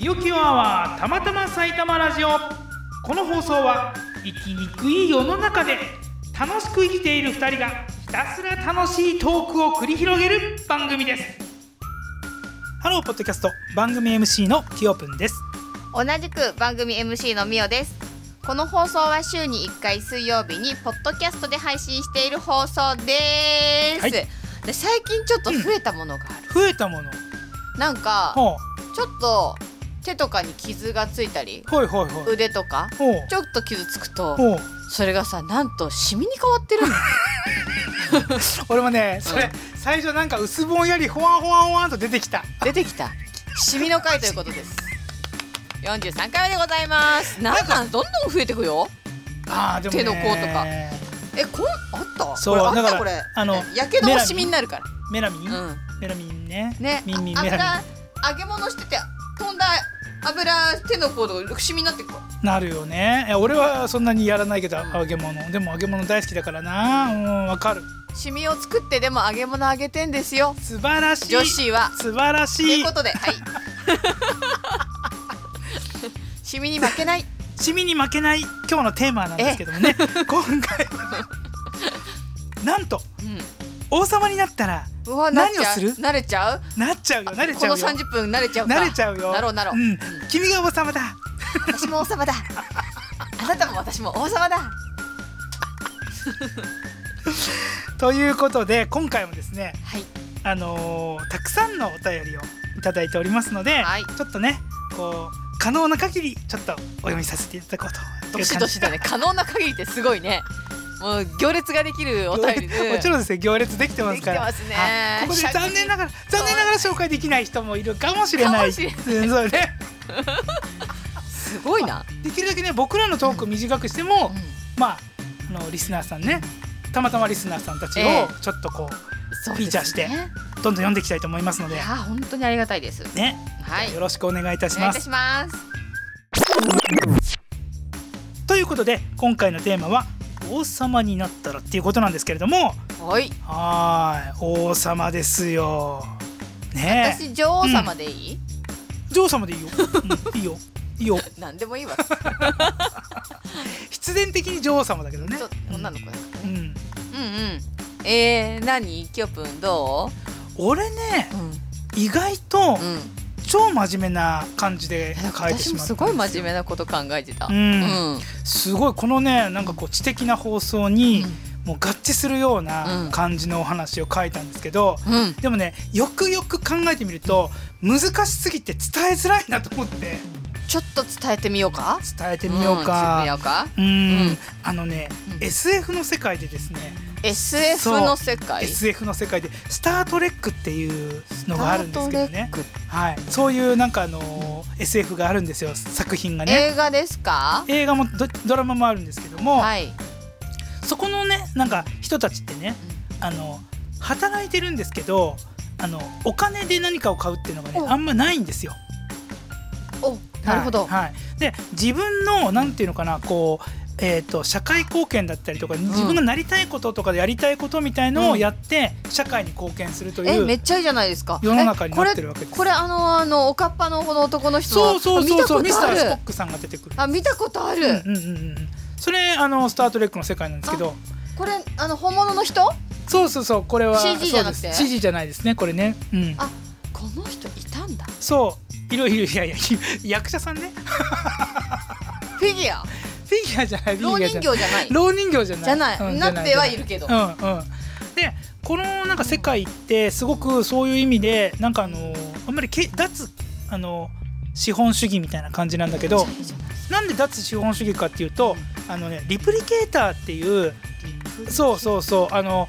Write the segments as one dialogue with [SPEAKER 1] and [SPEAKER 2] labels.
[SPEAKER 1] キュアはたまたま埼玉ラジオこの放送は生きにくい世の中で楽しく生きている2人がひたすら楽しいトークを繰り広げる番組ですハローポッドキャスト番組 MC のキヨプンです
[SPEAKER 2] 同じく番組 MC のみおですこの放送は週に1回水曜日にポッドキャストで配信している放送です、
[SPEAKER 1] はい
[SPEAKER 2] で最近ちょっと増えたものがある、
[SPEAKER 1] 増えたもの
[SPEAKER 2] なんか
[SPEAKER 1] ほ
[SPEAKER 2] ちょっと手とかに傷がついたり
[SPEAKER 1] うほいほいほい
[SPEAKER 2] 腕とか
[SPEAKER 1] ほう
[SPEAKER 2] ちょっと傷つくと
[SPEAKER 1] ほう
[SPEAKER 2] それがさなんとシミに変わって るんだ
[SPEAKER 1] 俺もねそれ、
[SPEAKER 2] うん
[SPEAKER 1] 最初なんか薄ぼんやりほわんほわんほわんと出てきた
[SPEAKER 2] 出てきたシミの回ということです43回目でございますなんなんどんどん増えてくよ
[SPEAKER 1] あーでもね
[SPEAKER 2] 手の甲とかえこんあった
[SPEAKER 1] そう
[SPEAKER 2] これ
[SPEAKER 1] だ
[SPEAKER 2] あっ
[SPEAKER 1] から
[SPEAKER 2] たこれ
[SPEAKER 1] あの
[SPEAKER 2] やけど
[SPEAKER 1] メ
[SPEAKER 2] も
[SPEAKER 1] ラミ
[SPEAKER 2] シミになるから
[SPEAKER 1] メラミン、
[SPEAKER 2] うん
[SPEAKER 1] メラミンね
[SPEAKER 2] ね、
[SPEAKER 1] ミンミン
[SPEAKER 2] あ
[SPEAKER 1] メラ
[SPEAKER 2] 油揚げ物してて飛んだ油手の甲とかシミになってくる
[SPEAKER 1] ミンなるよねいや俺はそんなにやらないけど揚げ物でも揚げ物大好きだからなうんわかる
[SPEAKER 2] シミを作ってでも揚げ物揚げてんですよ
[SPEAKER 1] 素晴らしい
[SPEAKER 2] 女子は
[SPEAKER 1] 素晴ら
[SPEAKER 2] とい
[SPEAKER 1] しいう
[SPEAKER 2] ことで はいシミに負けない
[SPEAKER 1] シミに負けない今日のテーマなんですけどもね 今回はなんと
[SPEAKER 2] う
[SPEAKER 1] 王様になったら
[SPEAKER 2] んうわなっちゃう
[SPEAKER 1] 何をする
[SPEAKER 2] 慣れちゃう
[SPEAKER 1] なっちゃうよ慣れち
[SPEAKER 2] こ
[SPEAKER 1] ゃ
[SPEAKER 2] の
[SPEAKER 1] うよ
[SPEAKER 2] 30分慣れちゃうか
[SPEAKER 1] 慣れちゃうよ
[SPEAKER 2] なろうなろう、
[SPEAKER 1] ん、君が王様だ
[SPEAKER 2] 私も王様だあなたも私も王様だ
[SPEAKER 1] ということで今回もですね
[SPEAKER 2] はい
[SPEAKER 1] あのーたくさんのお便りをいただいておりますので、
[SPEAKER 2] はい
[SPEAKER 1] ちょっとねこう可能な限りちょっとお読みさせていただこうと
[SPEAKER 2] どしど しだね可能な限りってすごいねもう行列ができるお便りで、
[SPEAKER 1] もちろんですね行列できてますから
[SPEAKER 2] できてますね
[SPEAKER 1] はいここで残念ながら
[SPEAKER 2] う
[SPEAKER 1] 残念ながら紹介できない人もいるかもしれない
[SPEAKER 2] かもしれない
[SPEAKER 1] うんそうね
[SPEAKER 2] すごいな、
[SPEAKER 1] できるだけね僕らのトークを短くしても、
[SPEAKER 2] うん
[SPEAKER 1] まああのリスナーさんねたまたまリスナーさんたち
[SPEAKER 2] ええ
[SPEAKER 1] をちょっとこう、
[SPEAKER 2] そう
[SPEAKER 1] フ
[SPEAKER 2] ですね
[SPEAKER 1] ィーチャーしてどんどん読んでいきたいと思いますの
[SPEAKER 2] い
[SPEAKER 1] で
[SPEAKER 2] や、本当にありがたいです。
[SPEAKER 1] ね
[SPEAKER 2] はい。
[SPEAKER 1] よろしくお願いいた
[SPEAKER 2] お
[SPEAKER 1] し
[SPEAKER 2] 願い
[SPEAKER 1] ま
[SPEAKER 2] いた
[SPEAKER 1] す。
[SPEAKER 2] します。
[SPEAKER 1] ということで今回のテーマは「王様になったら」っていうことなんですけれども
[SPEAKER 2] はい。
[SPEAKER 1] はーい王様ですよ。ねえ
[SPEAKER 2] 私女王様でいい？
[SPEAKER 1] 女王様 でいいよ、うんいいよいいよ
[SPEAKER 2] なんでもいいわ。
[SPEAKER 1] 必然的に女王様だけどね
[SPEAKER 2] ちょっ。と女の子だか
[SPEAKER 1] う
[SPEAKER 2] ら
[SPEAKER 1] ん、
[SPEAKER 2] ね。うんうん。えー、何？キヨプンど
[SPEAKER 1] 俺ね
[SPEAKER 2] う？うん
[SPEAKER 1] 意外と
[SPEAKER 2] うん。
[SPEAKER 1] 超真面目な感じで
[SPEAKER 2] なんか
[SPEAKER 1] 書いて
[SPEAKER 2] 私
[SPEAKER 1] し
[SPEAKER 2] も
[SPEAKER 1] まった
[SPEAKER 2] すごい真面目なこと考えてた。
[SPEAKER 1] う、
[SPEAKER 2] うんん。
[SPEAKER 1] すごいこのねなんかこう知的な放送にもう合致するよう
[SPEAKER 2] う
[SPEAKER 1] なん感じのお話を書いたんですけど、
[SPEAKER 2] うん。
[SPEAKER 1] でもねよくよく考えてみると難しすぎて伝えづらいなと思って
[SPEAKER 2] ちょっと伝えてみようか。
[SPEAKER 1] 伝えてみよう
[SPEAKER 2] うん伝えてみ
[SPEAKER 1] か。
[SPEAKER 2] ようか。
[SPEAKER 1] うん
[SPEAKER 2] うん
[SPEAKER 1] あのね、
[SPEAKER 2] うん
[SPEAKER 1] SF の世界でですね、
[SPEAKER 2] SF
[SPEAKER 1] そう
[SPEAKER 2] の世界。
[SPEAKER 1] SF の世界で「スター・トレック」っていうのがあるんですけどね
[SPEAKER 2] スタートレ、ック
[SPEAKER 1] はい、そういうなんかあのー SF があるんですよ作品がね。
[SPEAKER 2] 映画ですか？
[SPEAKER 1] 映画もドドラマもあるんですけども、
[SPEAKER 2] はい。
[SPEAKER 1] そこのねなんか人たちってねあの働いてるんですけどあのお金で何かを買うっていうのがね
[SPEAKER 2] お
[SPEAKER 1] あんまないんですよ。
[SPEAKER 2] お、なるほど。
[SPEAKER 1] はいはいで自分のなんていうのかなこうえー、と社会貢献だったりとか、自分がなりたいこととかやりたいことみたいのをやって、社会に貢献するとい
[SPEAKER 2] え
[SPEAKER 1] う
[SPEAKER 2] めっちゃいいじゃないですか
[SPEAKER 1] 世の中に
[SPEAKER 2] えこれ
[SPEAKER 1] なってるわけです
[SPEAKER 2] これあのあのおかっぱのこの男の人
[SPEAKER 1] そうそうそうそう
[SPEAKER 2] 見
[SPEAKER 1] ミ
[SPEAKER 2] た
[SPEAKER 1] ス
[SPEAKER 2] こと
[SPEAKER 1] タ
[SPEAKER 2] あ
[SPEAKER 1] ー・スポッ
[SPEAKER 2] る
[SPEAKER 1] クさんが出てくる。
[SPEAKER 2] あ見たことある、
[SPEAKER 1] うんうんうんうん。それあのスター・トレックの世界なんですけど、
[SPEAKER 2] これあの本物の人
[SPEAKER 1] そうそうそうこれは
[SPEAKER 2] CG じゃなくて
[SPEAKER 1] そうです CG じゃないですねこれね。うん。
[SPEAKER 2] あこの人いたんだ
[SPEAKER 1] そういろいろいやいや役者さんね
[SPEAKER 2] フィギュア
[SPEAKER 1] フィギュアじゃないフィ
[SPEAKER 2] 老
[SPEAKER 1] ギュア
[SPEAKER 2] 人
[SPEAKER 1] じゃない
[SPEAKER 2] 形じゃない
[SPEAKER 1] 老人形じゃない
[SPEAKER 2] じゃない、
[SPEAKER 1] うん
[SPEAKER 2] なってはい
[SPEAKER 1] じ
[SPEAKER 2] るけど、
[SPEAKER 1] ゃないうんうん。でこのなんか世界ってすごくそういう意味でなんかあのあんまりけ脱あの資本主義みたいな感じなんだけど
[SPEAKER 2] めっちゃいいじゃないですか
[SPEAKER 1] なんで脱資本主義かっていうとあのねリプリケーターっていうそうそうそうあの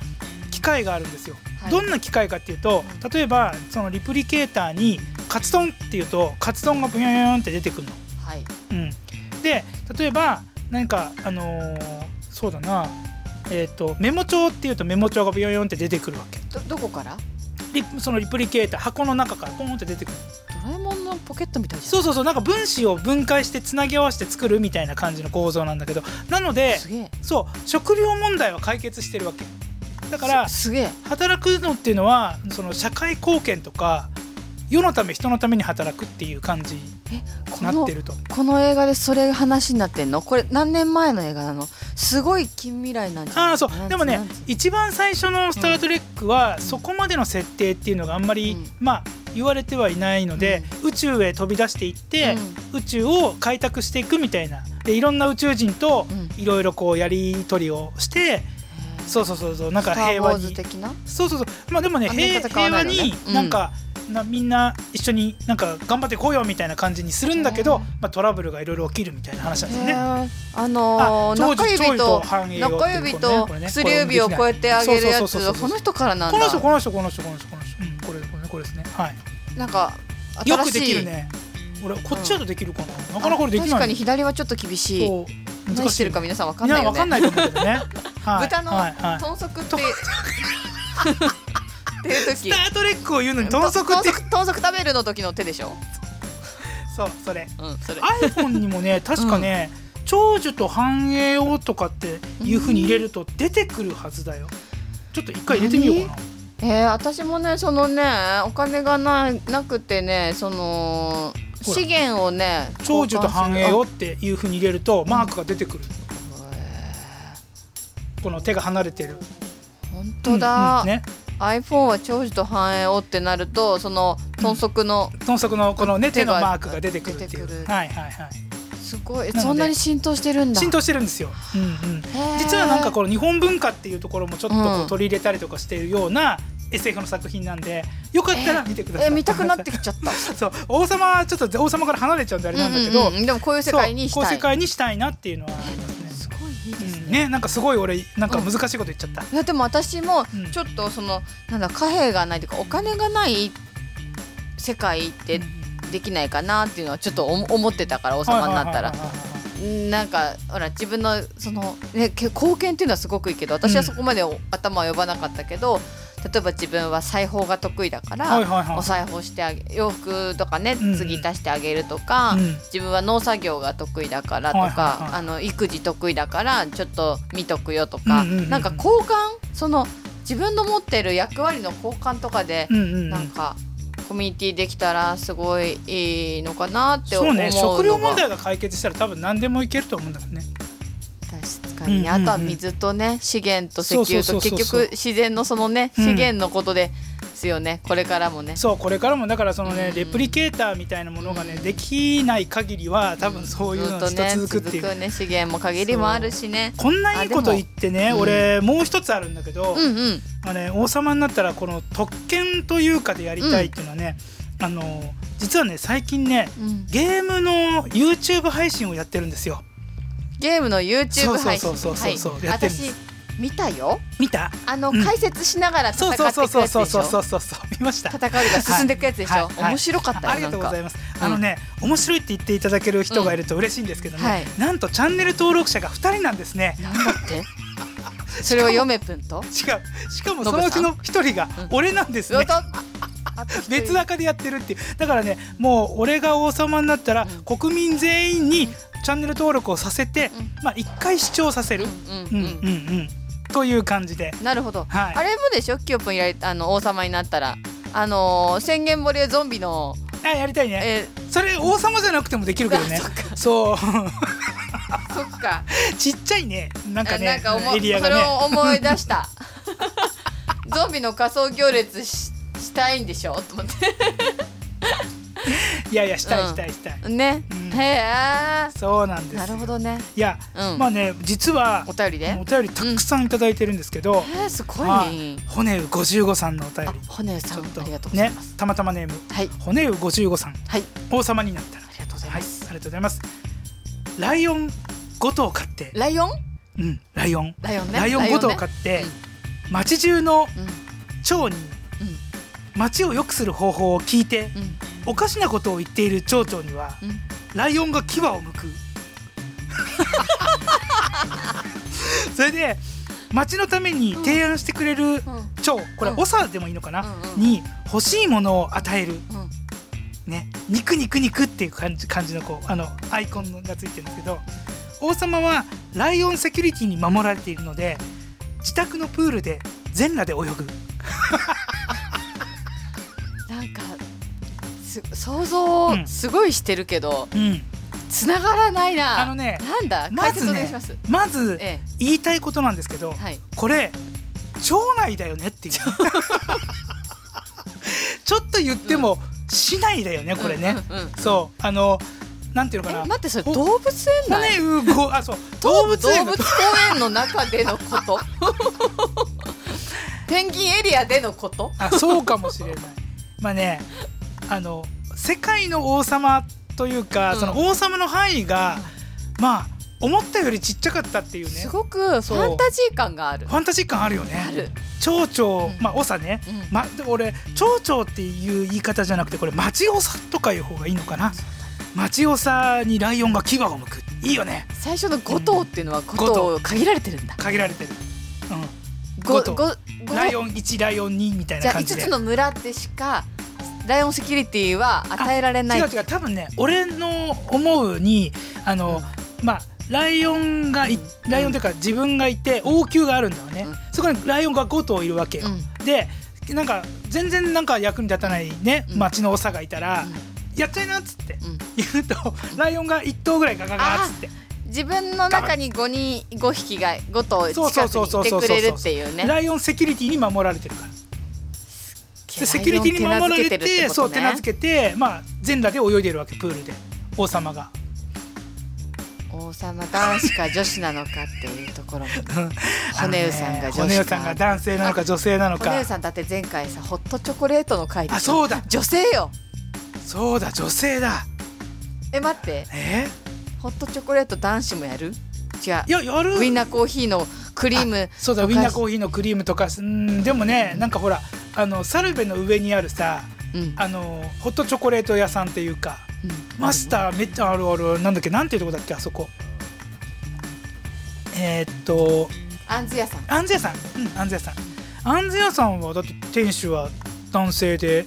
[SPEAKER 1] 機械があるんですよ、
[SPEAKER 2] はい
[SPEAKER 1] どんな機械かっていうと例えばそのリプリケーターにカツ丼っていうとカツ丼がブヨヨヨンって出てくるの。
[SPEAKER 2] はい
[SPEAKER 1] うん、で例えば何かあのーそうだなえっ、とメモ帳っていうとメモ帳がブヨヨンって出てくるわけ
[SPEAKER 2] どどこから
[SPEAKER 1] リそのリプリケーター箱の中からポンって出てくる
[SPEAKER 2] ドラえもんのポケットみたいじゃん
[SPEAKER 1] そうそうそうなんか分子を分解してつなぎ合わせて作るみたいな感じの構造なんだけどなのです
[SPEAKER 2] げえ
[SPEAKER 1] そう食料問題は解決してるわけだから
[SPEAKER 2] すすげえ
[SPEAKER 1] 働くのっていうのはその社会貢献とか世のため人のために働くっていう感じに
[SPEAKER 2] こ
[SPEAKER 1] なっ
[SPEAKER 2] の
[SPEAKER 1] てると
[SPEAKER 2] この映画でそれが話になってんのこれ何年前の映画なのすごい近未来なんじゃない
[SPEAKER 1] ああそう
[SPEAKER 2] なんつ
[SPEAKER 1] でもね
[SPEAKER 2] なんつ
[SPEAKER 1] 一番最初の「スター・トレック」はそこまでの設定っていうのがあんまり、
[SPEAKER 2] うん
[SPEAKER 1] まあ言われてはいないので、宇宙へ飛び出していって、宇宙を開拓していくみたいなでいろんな宇宙人と
[SPEAKER 2] うん
[SPEAKER 1] いろいろこうやり取りをして、そうそうそうそうなんか
[SPEAKER 2] スター・
[SPEAKER 1] 平
[SPEAKER 2] ウォ
[SPEAKER 1] 和
[SPEAKER 2] ーズ
[SPEAKER 1] に
[SPEAKER 2] 的な
[SPEAKER 1] そうそうそうまあでもね
[SPEAKER 2] アメリ
[SPEAKER 1] 平
[SPEAKER 2] カと
[SPEAKER 1] 平
[SPEAKER 2] 変わ
[SPEAKER 1] 和
[SPEAKER 2] らないよね
[SPEAKER 1] に
[SPEAKER 2] うん
[SPEAKER 1] なんか、なみんな一緒になんか頑張ってこうよみたいな感じにするんだけど、
[SPEAKER 2] うん
[SPEAKER 1] まあ、トラブルがいろいろ起きるみたいな話なんですよ
[SPEAKER 2] へ
[SPEAKER 1] ね。
[SPEAKER 2] ーあのー
[SPEAKER 1] あ長寿
[SPEAKER 2] 中指
[SPEAKER 1] 長寿と
[SPEAKER 2] と
[SPEAKER 1] 繁栄を
[SPEAKER 2] 中
[SPEAKER 1] ってい
[SPEAKER 2] 指
[SPEAKER 1] うことね
[SPEAKER 2] と
[SPEAKER 1] これね
[SPEAKER 2] 薬指をこうやって上げるやつ
[SPEAKER 1] そうそうそうそう
[SPEAKER 2] をこの人からなんだ
[SPEAKER 1] この人この人この人この人この人、うん、これこれこれですねはい
[SPEAKER 2] なんか新しい
[SPEAKER 1] よくできるね俺こっちだとできるかな、なかなかこれできない
[SPEAKER 2] 確かに左はちょっと厳しい
[SPEAKER 1] そう
[SPEAKER 2] 何してるか
[SPEAKER 1] み
[SPEAKER 2] 皆さんわかんないよ
[SPEAKER 1] わかん
[SPEAKER 2] ね
[SPEAKER 1] ないと思うけ どね、はい、
[SPEAKER 2] 豚の
[SPEAKER 1] はいはい
[SPEAKER 2] 豚足ってっていう時
[SPEAKER 1] スター・トレックを言うのに 豚足って
[SPEAKER 2] 豚足豚足食べるの時の手でしょ
[SPEAKER 1] そうそれ
[SPEAKER 2] うんそれ
[SPEAKER 1] iPhone にもね確かね、長寿と繁栄をとかっていうふうに入れると出てくるはずだよちょっと一回入れてみようかな
[SPEAKER 2] えー、私もねそのねお金がないなくてねその
[SPEAKER 1] ほら
[SPEAKER 2] 資源をね
[SPEAKER 1] 長寿と繁栄を
[SPEAKER 2] 交換
[SPEAKER 1] っていうふうに入れるとマークが出てくる、
[SPEAKER 2] するあ
[SPEAKER 1] この手が離れてる
[SPEAKER 2] えー本当だ、
[SPEAKER 1] うんうんね
[SPEAKER 2] iPhone は長寿と繁栄をってなるとその豚足の、
[SPEAKER 1] 豚足のこのね手
[SPEAKER 2] 手
[SPEAKER 1] の
[SPEAKER 2] が
[SPEAKER 1] マークが出てくるっていう
[SPEAKER 2] 出てくる
[SPEAKER 1] はいはいはい
[SPEAKER 2] すごい
[SPEAKER 1] ので
[SPEAKER 2] そんなに浸透してるんだ
[SPEAKER 1] 浸透してるんですよ、うんうん、
[SPEAKER 2] へー
[SPEAKER 1] 実はなんかこの日本文化っていうところもちょっとこ
[SPEAKER 2] う
[SPEAKER 1] うん取り入れたりとかしているような SF の作品なんでよかったら見てください、
[SPEAKER 2] え見たくなってきちゃった
[SPEAKER 1] そう王様はちょっと王様から離れちゃうんであれなんだけど、
[SPEAKER 2] うんうんうんでもこういう世
[SPEAKER 1] そう
[SPEAKER 2] 界にしたい
[SPEAKER 1] こう世界にしたいなっていうのはありますね
[SPEAKER 2] すごいいいですね、
[SPEAKER 1] うんねなんかすごい俺なんか難しいこと言っちゃった、
[SPEAKER 2] いやでも私も
[SPEAKER 1] うん
[SPEAKER 2] ちょっとその、なんだ貨幣がないというかお金がない世界ってできないかなっていうのはちょっと思思ってたから王様になったら
[SPEAKER 1] はいはいはいはいはい
[SPEAKER 2] なんかほら自分のその、ね、け貢献っていうのはすごくいいけど私はそこまでお頭は呼ばなかったけど、例えば自分は裁縫が得意だから、
[SPEAKER 1] はいはいはい
[SPEAKER 2] お裁縫してあげ洋服とかね
[SPEAKER 1] うん
[SPEAKER 2] 継ぎ足してあげるとか、
[SPEAKER 1] うん
[SPEAKER 2] 自分は農作業が得意だからとか、
[SPEAKER 1] はいはいはい
[SPEAKER 2] あの育児得意だからちょっと見とくよとか、
[SPEAKER 1] うんうんうんうん
[SPEAKER 2] なんか交換その自分の持ってる役割の交換とかで、
[SPEAKER 1] うんうんうん
[SPEAKER 2] なんかコミュニティできたらすごいいいのかなって思
[SPEAKER 1] そうう
[SPEAKER 2] のが
[SPEAKER 1] ね食料問題が解決したら多分何でもいけると思うんだけどね
[SPEAKER 2] 確かに、
[SPEAKER 1] うんうんうん
[SPEAKER 2] あとは水とね資源と石油
[SPEAKER 1] そうそう
[SPEAKER 2] と
[SPEAKER 1] そう
[SPEAKER 2] 結
[SPEAKER 1] そう
[SPEAKER 2] 局自然のそのね
[SPEAKER 1] うん
[SPEAKER 2] 資源のことですよね、これからもね
[SPEAKER 1] そうこれからもだからそのね、
[SPEAKER 2] うん
[SPEAKER 1] レプリケーターみたいなものがねできない限りは多分そういうのが
[SPEAKER 2] ず
[SPEAKER 1] ずっと
[SPEAKER 2] っとね
[SPEAKER 1] 続くっていう,、
[SPEAKER 2] 続くね資源も限りもあるしね
[SPEAKER 1] こんないいこと言ってね、
[SPEAKER 2] あでも
[SPEAKER 1] 俺もう一つあるんだけど、
[SPEAKER 2] うんうん
[SPEAKER 1] まあね、王様になったらこの特権というかでやりたいっていうのはね、あの実はね最近ね
[SPEAKER 2] うん
[SPEAKER 1] ゲームの YouTube 配信をやってるんですよ
[SPEAKER 2] ゲームの YouTube 配信
[SPEAKER 1] そうそうそうそう
[SPEAKER 2] はい
[SPEAKER 1] やってるんです
[SPEAKER 2] 私見たよ
[SPEAKER 1] 見た
[SPEAKER 2] あの、
[SPEAKER 1] うん
[SPEAKER 2] 解説しながら戦
[SPEAKER 1] そ
[SPEAKER 2] っ
[SPEAKER 1] う
[SPEAKER 2] ていく
[SPEAKER 1] そう
[SPEAKER 2] やつ
[SPEAKER 1] そう
[SPEAKER 2] でし
[SPEAKER 1] そ
[SPEAKER 2] ょ
[SPEAKER 1] うそうそうそうそう見ました
[SPEAKER 2] 戦うが進んでいくやつでしょ、
[SPEAKER 1] はいはい
[SPEAKER 2] 面白かったよ
[SPEAKER 1] ありがとうござい
[SPEAKER 2] ま
[SPEAKER 1] ます。
[SPEAKER 2] んか
[SPEAKER 1] あのね、面白いって言っていただける人がいると嬉しいんですけどね、
[SPEAKER 2] うんはい
[SPEAKER 1] なんとチャンネル登録者が2人なんですね。
[SPEAKER 2] なんかなんだってそれを読めぷんと
[SPEAKER 1] 違う、しかもそのうちの1人が俺なんですね。別
[SPEAKER 2] だ
[SPEAKER 1] 赤でやってるっていうだからねもう俺が王様になったら、
[SPEAKER 2] う
[SPEAKER 1] 国民全員にチャンネル登録をさせて、
[SPEAKER 2] うん
[SPEAKER 1] まあ一回視聴させる、
[SPEAKER 2] う
[SPEAKER 1] うんん、
[SPEAKER 2] う
[SPEAKER 1] うん
[SPEAKER 2] ん、
[SPEAKER 1] う
[SPEAKER 2] うん
[SPEAKER 1] んという感じで
[SPEAKER 2] なるほど、
[SPEAKER 1] はい
[SPEAKER 2] あれもでしょキヨプンやりあの王様になったらあのー宣言漏れゾンビの
[SPEAKER 1] あやりたいね
[SPEAKER 2] え
[SPEAKER 1] それ王様じゃなくてもできるけどねそう
[SPEAKER 2] そっか
[SPEAKER 1] ちっちゃいねなんか
[SPEAKER 2] あ
[SPEAKER 1] ね
[SPEAKER 2] なんか思
[SPEAKER 1] エリア
[SPEAKER 2] そ
[SPEAKER 1] が
[SPEAKER 2] れ
[SPEAKER 1] ね
[SPEAKER 2] を思い出した ゾンビの仮想行列ししたいんでしょと思っ
[SPEAKER 1] いやいやしたい
[SPEAKER 2] うん
[SPEAKER 1] したいしたい、
[SPEAKER 2] てね、
[SPEAKER 1] うん
[SPEAKER 2] へ
[SPEAKER 1] そうなん
[SPEAKER 2] え
[SPEAKER 1] です
[SPEAKER 2] なるほどね
[SPEAKER 1] いや、
[SPEAKER 2] うん
[SPEAKER 1] まあね実は
[SPEAKER 2] お便りで
[SPEAKER 1] お便りたくさんいただいてるんですけど、
[SPEAKER 2] へえすごい
[SPEAKER 1] は
[SPEAKER 2] ね
[SPEAKER 1] い、骨う55さんのお便
[SPEAKER 2] あ
[SPEAKER 1] り
[SPEAKER 2] 骨さ
[SPEAKER 1] ち
[SPEAKER 2] ん
[SPEAKER 1] ょっと
[SPEAKER 2] ありがとうござい
[SPEAKER 1] ね
[SPEAKER 2] ます、
[SPEAKER 1] たまたまネーム
[SPEAKER 2] はい
[SPEAKER 1] 骨う55さん
[SPEAKER 2] はい
[SPEAKER 1] 王様になったら
[SPEAKER 2] ありがとうございます、
[SPEAKER 1] はい、ありがとうございますライオン5頭飼って
[SPEAKER 2] ライオン
[SPEAKER 1] うんライオン
[SPEAKER 2] ライオンね
[SPEAKER 1] ライオン5頭飼
[SPEAKER 2] ね
[SPEAKER 1] って、町中の
[SPEAKER 2] うん
[SPEAKER 1] 蝶に町を良くする方法を聞いて
[SPEAKER 2] うんうん
[SPEAKER 1] おかしなことを言っている蝶々には
[SPEAKER 2] うん
[SPEAKER 1] ライオンが牙をむく それで町のために提案してくれる
[SPEAKER 2] うん
[SPEAKER 1] 蝶これ
[SPEAKER 2] うん
[SPEAKER 1] 長でもいいのかな、
[SPEAKER 2] うんうん
[SPEAKER 1] に欲しいものを与える
[SPEAKER 2] うん
[SPEAKER 1] ね、肉肉肉っていう感じ感じのこうあのアイコンがついてるんですけど王様はライオンセキュリティに守られているので自宅のプールで全裸で泳ぐ
[SPEAKER 2] なんかす想像すごいしてるけど、
[SPEAKER 1] うん、
[SPEAKER 2] 繋がらないな
[SPEAKER 1] あのね
[SPEAKER 2] なんだ
[SPEAKER 1] ま
[SPEAKER 2] 解
[SPEAKER 1] ず
[SPEAKER 2] 説
[SPEAKER 1] ね
[SPEAKER 2] お願いします、
[SPEAKER 1] まず
[SPEAKER 2] え
[SPEAKER 1] 言いたいことなんですけど、
[SPEAKER 2] えはい
[SPEAKER 1] これ町内だよねっ ていうちょっと言っても市内だよねこれね、
[SPEAKER 2] うんうんうん
[SPEAKER 1] そうあのなんていうの
[SPEAKER 2] え
[SPEAKER 1] か
[SPEAKER 2] 待
[SPEAKER 1] な
[SPEAKER 2] ってそれ
[SPEAKER 1] ほ
[SPEAKER 2] 動物園内
[SPEAKER 1] 骨うごあ そう動物園
[SPEAKER 2] 動
[SPEAKER 1] の
[SPEAKER 2] 物公園の中でのこと ペンギンエリアでのこと
[SPEAKER 1] あそうかもしれないまあねあの世界の王様というか、
[SPEAKER 2] うん
[SPEAKER 1] その王様の範囲が、まあ思ったよりちっちゃかったっていうね
[SPEAKER 2] す
[SPEAKER 1] フ
[SPEAKER 2] ごくフ
[SPEAKER 1] そう
[SPEAKER 2] ァンタジー感がある
[SPEAKER 1] ァンタジー感あるよね
[SPEAKER 2] ある
[SPEAKER 1] 蝶々、
[SPEAKER 2] うん
[SPEAKER 1] まあ長ね、
[SPEAKER 2] うん
[SPEAKER 1] ま、でも俺蝶々っていう言い方じゃなくてこれ町長とかいう方がいいのかな町長にライオンが牙を向くいいよね
[SPEAKER 2] 最初の五頭っていうのは五頭限られてるんだ
[SPEAKER 1] 限られてる、
[SPEAKER 2] ご
[SPEAKER 1] 五頭
[SPEAKER 2] ご
[SPEAKER 1] う
[SPEAKER 2] ご
[SPEAKER 1] ん、ライオン1ライオン2みたい
[SPEAKER 2] じ
[SPEAKER 1] な
[SPEAKER 2] ゃあ
[SPEAKER 1] 感
[SPEAKER 2] 五
[SPEAKER 1] じで
[SPEAKER 2] つの村でしかライオンセキュリティは与えられない
[SPEAKER 1] 違う違う多分ね俺の思うにあの、まあライオンがいライオンというか自分がいて王宮があるんだよね、
[SPEAKER 2] うん
[SPEAKER 1] そこにライオンが5頭いるわけよ、でなんか全然なんか役に立たないね
[SPEAKER 2] うん
[SPEAKER 1] 町の長がいたら、やっちゃいなっつって
[SPEAKER 2] うん
[SPEAKER 1] 言うと、ライオンが1頭ぐらいガガガっつって、
[SPEAKER 2] 自分の中に五人五匹が五頭近く
[SPEAKER 1] そうそうそう
[SPEAKER 2] にい
[SPEAKER 1] そうそう
[SPEAKER 2] てくれるっていうね
[SPEAKER 1] ライオンセキュリティに守られてるからでセキュリティに守られてそう手なずけて、まあ、全裸で泳いでるわけプールで王様が。
[SPEAKER 2] 王様男子か女子なのかっていうとこ ろも骨うさんが女子か
[SPEAKER 1] 骨うさんが男性なのか女性なの
[SPEAKER 2] 骨
[SPEAKER 1] か
[SPEAKER 2] うさんだって前回さホットチョコレートの回で
[SPEAKER 1] あそうだ
[SPEAKER 2] 女性よ
[SPEAKER 1] そうだ女性だ
[SPEAKER 2] え待って
[SPEAKER 1] え
[SPEAKER 2] ホットチョコレート男子もやる違う
[SPEAKER 1] いややる
[SPEAKER 2] ウィンナーコーヒーのクリーム
[SPEAKER 1] そうだウィンナーコーヒーのクリームとかうんでもねなんかほらあのサルベの上にあるさ
[SPEAKER 2] うんうん
[SPEAKER 1] あのホットチョコレート屋さんっていうかマスターめっちゃあるあるなんだっけなんていうとこだっけあそこえーっと
[SPEAKER 2] あんず屋さん
[SPEAKER 1] アンズ屋さんうんアンズ屋さんアンズ屋さんはだって店主は男性で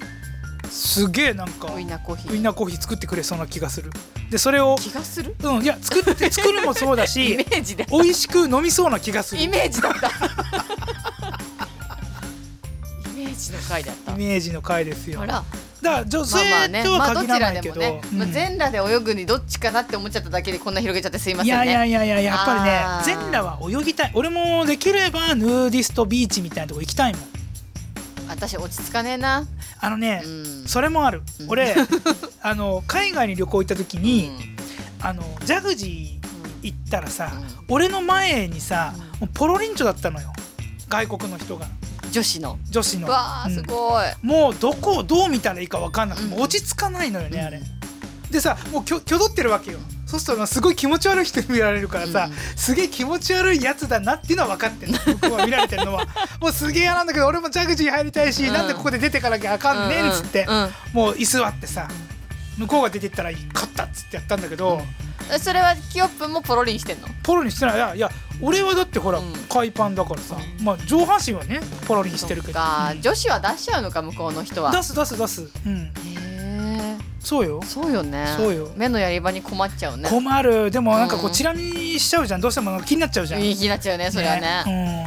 [SPEAKER 1] すげえなんか
[SPEAKER 2] ウィン
[SPEAKER 1] ウ
[SPEAKER 2] ナーコーヒ
[SPEAKER 1] ィン
[SPEAKER 2] ー
[SPEAKER 1] ナーコーヒー作ってくれそうな気がするでそれを
[SPEAKER 2] 気がする
[SPEAKER 1] うん、いや作って作るもそうだ
[SPEAKER 2] イメ
[SPEAKER 1] し
[SPEAKER 2] ージで
[SPEAKER 1] 美味しく飲みそうな気がする
[SPEAKER 2] イ
[SPEAKER 1] イ
[SPEAKER 2] メージだったイメージの回だった
[SPEAKER 1] メージの回ですよ
[SPEAKER 2] あ
[SPEAKER 1] だからら女性とは限らないけど
[SPEAKER 2] まあ、
[SPEAKER 1] うん
[SPEAKER 2] 全裸で泳ぐにどっちかなって思っちゃっただけでこんな広げちゃってすいま
[SPEAKER 1] い
[SPEAKER 2] せん
[SPEAKER 1] や
[SPEAKER 2] ね
[SPEAKER 1] いやいやいややっぱりね
[SPEAKER 2] あー
[SPEAKER 1] 全裸は泳ぎたい俺もできればヌーディストビーチみたいなとこ行きたいもん
[SPEAKER 2] 私落ち着かねえな、
[SPEAKER 1] あのね
[SPEAKER 2] う、ん、
[SPEAKER 1] それもある
[SPEAKER 2] うん
[SPEAKER 1] 俺 あの海外に旅行行った時
[SPEAKER 2] う
[SPEAKER 1] に、
[SPEAKER 2] ん
[SPEAKER 1] あのジャグジー行ったらさ、
[SPEAKER 2] う
[SPEAKER 1] 俺の前にさ、もうポロリンチョだったのよ外国の人が
[SPEAKER 2] 女子の
[SPEAKER 1] 女子の
[SPEAKER 2] わあ
[SPEAKER 1] うん
[SPEAKER 2] すごい、
[SPEAKER 1] もうどこをどう見たらいいか分かんなくて、
[SPEAKER 2] うん
[SPEAKER 1] もう落ち着かないのよね、
[SPEAKER 2] うん
[SPEAKER 1] あれでさもうきょきょどってるわけよそうするとまあすごい気持ち悪い人に見られるからさ、
[SPEAKER 2] うん
[SPEAKER 1] すげえ気持ち悪いやつだなっていうのは分かってる の僕は見られてるのはもうすげえ嫌なんだけど俺もジャグジー入りたいし、
[SPEAKER 2] うん
[SPEAKER 1] なんでここで出てかなきゃあかんねんっつって、
[SPEAKER 2] うんうん
[SPEAKER 1] もう居座ってさ向こうが出てったら勝ったっつってやったんだけど、
[SPEAKER 2] うんえそれはキヨップもポロリンしてんの
[SPEAKER 1] ポロリンしてないいやいや俺はだってほら、
[SPEAKER 2] うん
[SPEAKER 1] 海パンだからさ、まあ、上半身はねポロリンしてるけ
[SPEAKER 2] そっ
[SPEAKER 1] ど、
[SPEAKER 2] か
[SPEAKER 1] うん
[SPEAKER 2] 女子は出しちゃうのか向こうの人は
[SPEAKER 1] 出す出す出す、うん、
[SPEAKER 2] へ
[SPEAKER 1] そうよ
[SPEAKER 2] えそうよね
[SPEAKER 1] そうよ
[SPEAKER 2] 目のやり場に困っちゃうね
[SPEAKER 1] 困るでもなんかこ
[SPEAKER 2] う
[SPEAKER 1] うんチラ見しちゃうじゃんどうしてもなんか気になっちゃうじゃん
[SPEAKER 2] いい気になっちゃうねそれはね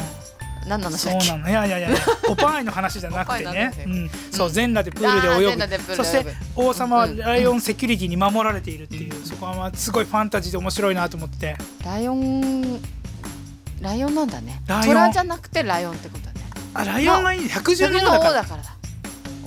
[SPEAKER 2] 何な
[SPEAKER 1] うん
[SPEAKER 2] の
[SPEAKER 1] そ
[SPEAKER 2] さ
[SPEAKER 1] う
[SPEAKER 2] っき
[SPEAKER 1] なのいやいやい やおパーイの話じゃなくて
[SPEAKER 2] おっぱいの
[SPEAKER 1] ね
[SPEAKER 2] 話、
[SPEAKER 1] うん、そう全裸でプールで泳
[SPEAKER 2] あー全裸でプー
[SPEAKER 1] ぐそ
[SPEAKER 2] ルで泳ぐ
[SPEAKER 1] して王様は
[SPEAKER 2] うん
[SPEAKER 1] ライオンセキュリティに守られているっていう、そこはまあすごいファンタジーで面白いなと思って
[SPEAKER 2] ライオンライオンなんだね
[SPEAKER 1] ライオン
[SPEAKER 2] トラじゃなくてライオンってことだね
[SPEAKER 1] あライオンがいい110
[SPEAKER 2] 鳥
[SPEAKER 1] 年
[SPEAKER 2] の
[SPEAKER 1] だ
[SPEAKER 2] 王
[SPEAKER 1] から
[SPEAKER 2] だからだ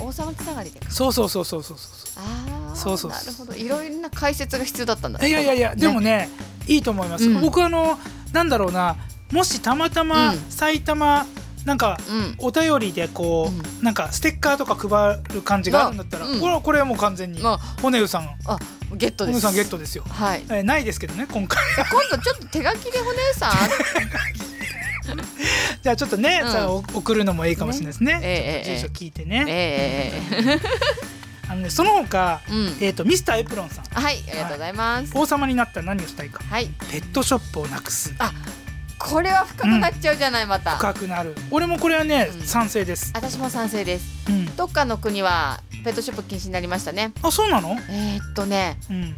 [SPEAKER 2] 王様つながりでか
[SPEAKER 1] そうそうそうそうそうそ
[SPEAKER 2] ああ
[SPEAKER 1] そうそう
[SPEAKER 2] なるほどいろいろな解説が必要だったんだ
[SPEAKER 1] ういやいやいやでも
[SPEAKER 2] ね
[SPEAKER 1] ねいいと思います、
[SPEAKER 2] うん
[SPEAKER 1] 僕あのなんだろうなもしたまたま
[SPEAKER 2] うん
[SPEAKER 1] 埼玉なんか
[SPEAKER 2] うん
[SPEAKER 1] お便りでこう、なんかステッカーとか配る感じがあるんだったら、
[SPEAKER 2] うん
[SPEAKER 1] これはこれはもう完全に、
[SPEAKER 2] ま
[SPEAKER 1] 骨うさん
[SPEAKER 2] ああゲットで
[SPEAKER 1] 骨う
[SPEAKER 2] す
[SPEAKER 1] さんゲットですよ、
[SPEAKER 2] はい
[SPEAKER 1] えーないですけどね今回
[SPEAKER 2] 今度ちょっと手書きでお姉さん
[SPEAKER 1] じゃあちょっとね、
[SPEAKER 2] うん
[SPEAKER 1] じゃあお送るのもいいかもしれないですね
[SPEAKER 2] ねええ
[SPEAKER 1] 住所聞いて
[SPEAKER 2] え
[SPEAKER 1] ね、
[SPEAKER 2] ええ
[SPEAKER 1] あのねその他、
[SPEAKER 2] えうん
[SPEAKER 1] えー、とミスターエプロンさん
[SPEAKER 2] はいありがとうございます
[SPEAKER 1] 王様になったら何をしたいか
[SPEAKER 2] はい
[SPEAKER 1] ペットショップをなくす
[SPEAKER 2] これは深くなっちゃうじゃないまた
[SPEAKER 1] 深くなる俺もこれはね、
[SPEAKER 2] うん
[SPEAKER 1] 賛成です、
[SPEAKER 2] 私も賛成です
[SPEAKER 1] うん、
[SPEAKER 2] どっかの国はペットショップ禁止になりましたね
[SPEAKER 1] あそうなの
[SPEAKER 2] えーっとね
[SPEAKER 1] うん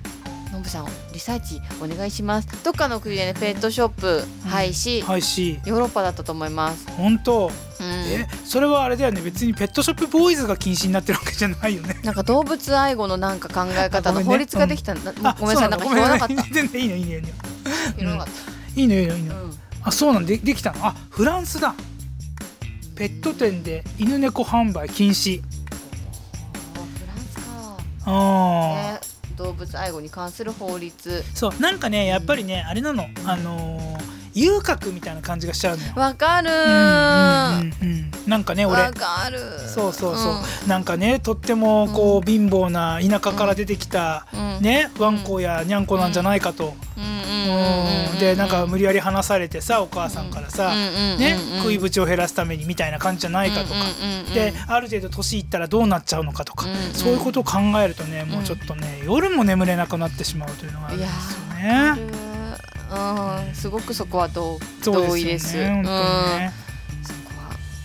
[SPEAKER 2] ノブさんリサーチお願いしますどっかの国でねペットショップ廃止、
[SPEAKER 1] はいし
[SPEAKER 2] ヨーロッパだったと思います、
[SPEAKER 1] 本当
[SPEAKER 2] うん
[SPEAKER 1] えそれはあれだよね別にペットショップボーイズが禁止になってるわけじゃないよね
[SPEAKER 2] なんか動物愛護のなんか考え方
[SPEAKER 1] あごめん
[SPEAKER 2] の
[SPEAKER 1] ね
[SPEAKER 2] 法律ができたんだ、もうごめんなさいなんか
[SPEAKER 1] そう
[SPEAKER 2] 拾わなか
[SPEAKER 1] の
[SPEAKER 2] った
[SPEAKER 1] ごめんねいいのいいのいいの
[SPEAKER 2] 拾わなかっ
[SPEAKER 1] いいのいいのいい
[SPEAKER 2] た、
[SPEAKER 1] の、
[SPEAKER 2] うん
[SPEAKER 1] あそうなんでできたのあフランスだペット店で犬猫販売禁止
[SPEAKER 2] あーフランスか
[SPEAKER 1] ああ、
[SPEAKER 2] ね動物愛護に関する法律
[SPEAKER 1] そうなんかねやっぱりねあれなのあのー遊郭みたいな感じがしちゃうのよ
[SPEAKER 2] わかる
[SPEAKER 1] うん
[SPEAKER 2] ー
[SPEAKER 1] うんうんうんなんかね
[SPEAKER 2] わ
[SPEAKER 1] 俺
[SPEAKER 2] かる
[SPEAKER 1] そうそうそう、なんかねとってもこう、貧乏な田舎から出てきた、
[SPEAKER 2] うん
[SPEAKER 1] ねワンコやにゃんこなんじゃないかと、
[SPEAKER 2] う
[SPEAKER 1] うんんでなんか無理やり離されてさお母さんからさ、ね、食い
[SPEAKER 2] ぶ
[SPEAKER 1] 口を減らすためにみたいな感じじゃないかとか、である程度年いったらどうなっちゃうのかとか、
[SPEAKER 2] うんうん
[SPEAKER 1] そういうことを考えるとねもうちょっとね、夜も眠れなくなってしまうというのがあるんですよ
[SPEAKER 2] う
[SPEAKER 1] ね。
[SPEAKER 2] んうんすごくそこは同
[SPEAKER 1] そう
[SPEAKER 2] 同
[SPEAKER 1] で
[SPEAKER 2] 意ですす
[SPEAKER 1] よね本当にね、
[SPEAKER 2] うんそこ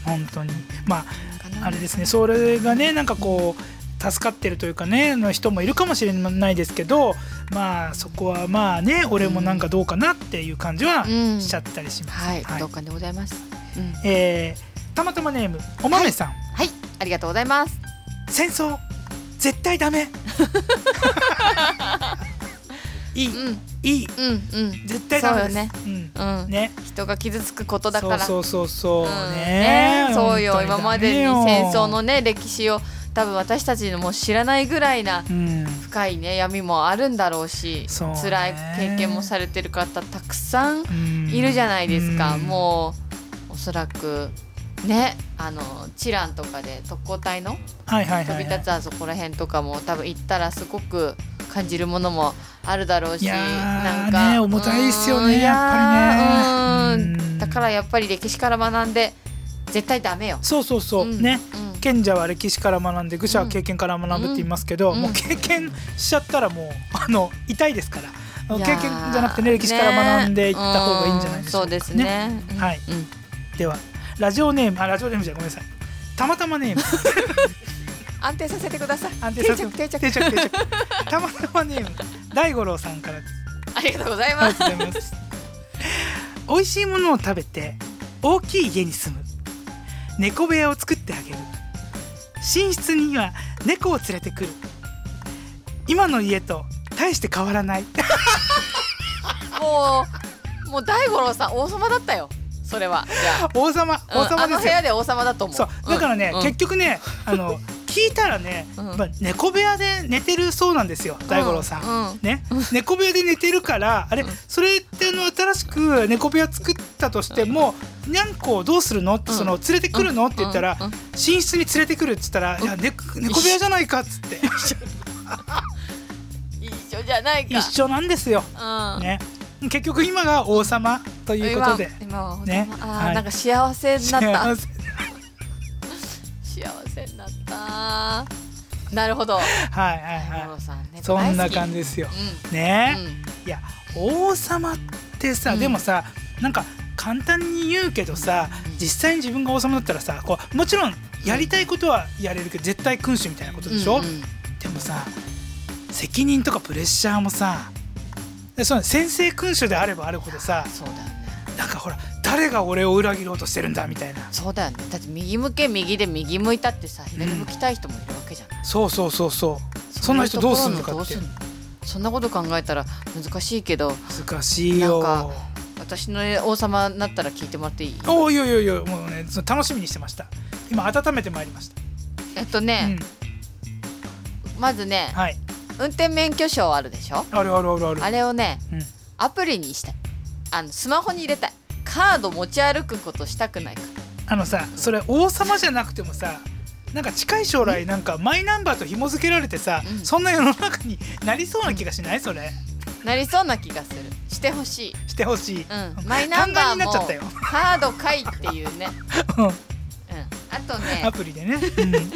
[SPEAKER 1] 本当にまあ
[SPEAKER 2] はかな
[SPEAKER 1] あれですねそれがねなんかこう助かってるというかねの人もいるかもしれないですけどまあそこはまあね俺もなんかどうかなっていう感じは
[SPEAKER 2] うん
[SPEAKER 1] しちゃったりします。
[SPEAKER 2] はい
[SPEAKER 1] はい
[SPEAKER 2] 同感でございますうん
[SPEAKER 1] えーたまたまネームおまめさん、
[SPEAKER 2] はいありがとうございます
[SPEAKER 1] 戦争絶対ダメ いい
[SPEAKER 2] うんうん
[SPEAKER 1] いい
[SPEAKER 2] うん
[SPEAKER 1] 絶対ダメです
[SPEAKER 2] そうよね
[SPEAKER 1] うん
[SPEAKER 2] うん
[SPEAKER 1] ね
[SPEAKER 2] 人が傷つくことだから
[SPEAKER 1] そうそうそうそう、
[SPEAKER 2] うん
[SPEAKER 1] ね
[SPEAKER 2] ねそうよ
[SPEAKER 1] 本当
[SPEAKER 2] 今
[SPEAKER 1] ダメ
[SPEAKER 2] までに
[SPEAKER 1] よ
[SPEAKER 2] 戦争のね歴史を多分私たちのもう知らないぐらいな
[SPEAKER 1] うん
[SPEAKER 2] 深いね闇もあるんだろうし
[SPEAKER 1] そうね
[SPEAKER 2] 辛い経験もされてる方たくさん
[SPEAKER 1] うん
[SPEAKER 2] いるじゃないですか、
[SPEAKER 1] うん
[SPEAKER 2] もうおそらくねあのチランとかで特攻隊の
[SPEAKER 1] はいはいはい
[SPEAKER 2] 飛
[SPEAKER 1] はい
[SPEAKER 2] び立つあそこら辺とかも多分行ったらすごく感じるものもあるだろうし
[SPEAKER 1] いやー
[SPEAKER 2] なんか
[SPEAKER 1] ね重たいっすよね
[SPEAKER 2] うん
[SPEAKER 1] やっぱりね
[SPEAKER 2] いやーうん
[SPEAKER 1] うん
[SPEAKER 2] だからやっぱり歴史から学んで絶対ダメよ。
[SPEAKER 1] そうそうそう、
[SPEAKER 2] うん
[SPEAKER 1] ね、
[SPEAKER 2] うん
[SPEAKER 1] 賢者は歴史から学んで愚者は経験から学ぶって言いますけど、
[SPEAKER 2] うん
[SPEAKER 1] もう経験しちゃったらもうあの痛いですからあの
[SPEAKER 2] いや
[SPEAKER 1] 経
[SPEAKER 2] ー
[SPEAKER 1] 験じゃなくてね歴史から学んでいった方がいいんじゃないでしょうか、
[SPEAKER 2] うそうですね。うん
[SPEAKER 1] はい
[SPEAKER 2] うん
[SPEAKER 1] ではラジオネームあラジオネームじゃごめんなさいたまたま ネーム
[SPEAKER 2] 安定させてください。
[SPEAKER 1] 安定させ
[SPEAKER 2] 定着定着。
[SPEAKER 1] 定着定着たまたまネーム大五郎さんからです
[SPEAKER 2] ありがとうござい
[SPEAKER 1] あ
[SPEAKER 2] ま
[SPEAKER 1] り
[SPEAKER 2] す。
[SPEAKER 1] がとうございます。美味しいものを食べて大きい家に住む猫部屋を作ってあげる寝室には猫を連れてくる今の家と大して変わらない
[SPEAKER 2] もうもう大五郎さん王様だったよ。それはじゃあ。
[SPEAKER 1] 王様王
[SPEAKER 2] うんあ
[SPEAKER 1] 様で
[SPEAKER 2] の
[SPEAKER 1] す
[SPEAKER 2] 部
[SPEAKER 1] よ、
[SPEAKER 2] 屋で王様だと思う。
[SPEAKER 1] そうだからね、
[SPEAKER 2] うん
[SPEAKER 1] 結局ねあの聞いたらね、
[SPEAKER 2] うん
[SPEAKER 1] まあ、猫部屋で寝てるそうなんですよ大五郎さん、
[SPEAKER 2] うんうん
[SPEAKER 1] ね、猫部屋で寝てるからあれそれってあの新しく猫部屋作ったとしても「にゃんこをどうするの?」って
[SPEAKER 2] うん
[SPEAKER 1] その「連れてくるの?」って言ったら
[SPEAKER 2] うんうん
[SPEAKER 1] 「寝室に連れてくる」っつったら「いやね猫部屋じゃないか」っつって
[SPEAKER 2] 一緒じゃないか。
[SPEAKER 1] 一緒なんですよ。
[SPEAKER 2] うん。
[SPEAKER 1] ね、結局今が王様ということで
[SPEAKER 2] 今今は王様
[SPEAKER 1] ね
[SPEAKER 2] あー、
[SPEAKER 1] はい
[SPEAKER 2] なんか幸せになっ
[SPEAKER 1] 幸。
[SPEAKER 2] た
[SPEAKER 1] せ
[SPEAKER 2] 幸せになった。なるほど。
[SPEAKER 1] はいはい
[SPEAKER 2] 大五
[SPEAKER 1] は
[SPEAKER 2] 郎さんね。
[SPEAKER 1] いそんな感じ
[SPEAKER 2] じ。
[SPEAKER 1] ですよ。
[SPEAKER 2] う
[SPEAKER 1] ね、
[SPEAKER 2] ん。うん
[SPEAKER 1] いや王様ってさ、
[SPEAKER 2] うん
[SPEAKER 1] でもさなんか簡単に言うけどさ、
[SPEAKER 2] うん
[SPEAKER 1] 実際に自分が王様だったらさこうもちろんやりたいことはやれるけど絶対君主みたいなことでしょ、
[SPEAKER 2] うんうん
[SPEAKER 1] でもさ責任とかプレッシャーもさでその先制君主であればあるほどさ
[SPEAKER 2] そうだよね。
[SPEAKER 1] なんかほら誰が俺を裏切ろうとしてるんだみたいな
[SPEAKER 2] そうだよね。だって右向け右で右向いたってさ、左向きたい人もいるわけじゃない。
[SPEAKER 1] そうそうそうそうそんな人どうすんのかって
[SPEAKER 2] そういうところのどうすんのそんなこと考えたら難しいけど
[SPEAKER 1] 難しいよ
[SPEAKER 2] なんか私の王様になったら聞いてもらっていい
[SPEAKER 1] おおいやいやいやもうねその楽しみにしてました今温めてまいりました、
[SPEAKER 2] えっと
[SPEAKER 1] う
[SPEAKER 2] ね
[SPEAKER 1] ん、、
[SPEAKER 2] まずね
[SPEAKER 1] はい
[SPEAKER 2] 運転免許証あるでしょ
[SPEAKER 1] あるあるあるある
[SPEAKER 2] あれをね
[SPEAKER 1] うん
[SPEAKER 2] アプリにしたいあのスマホに入れたいカード持ち歩くことしたくないか
[SPEAKER 1] あのさそれ王様じゃなくてもさなんか近い将来なんかマイナンバーと紐付けられてさ、
[SPEAKER 2] うん
[SPEAKER 1] そんな世の中になりそうな気がしないそれ
[SPEAKER 2] なりそうな気がするしてほしい
[SPEAKER 1] してほしい、
[SPEAKER 2] うんマイナンバー
[SPEAKER 1] 単眼にな
[SPEAKER 2] も
[SPEAKER 1] っちゃったよ
[SPEAKER 2] カードかいっていうね
[SPEAKER 1] うん
[SPEAKER 2] うんあと
[SPEAKER 1] ア
[SPEAKER 2] ね
[SPEAKER 1] プリでねうん、 うん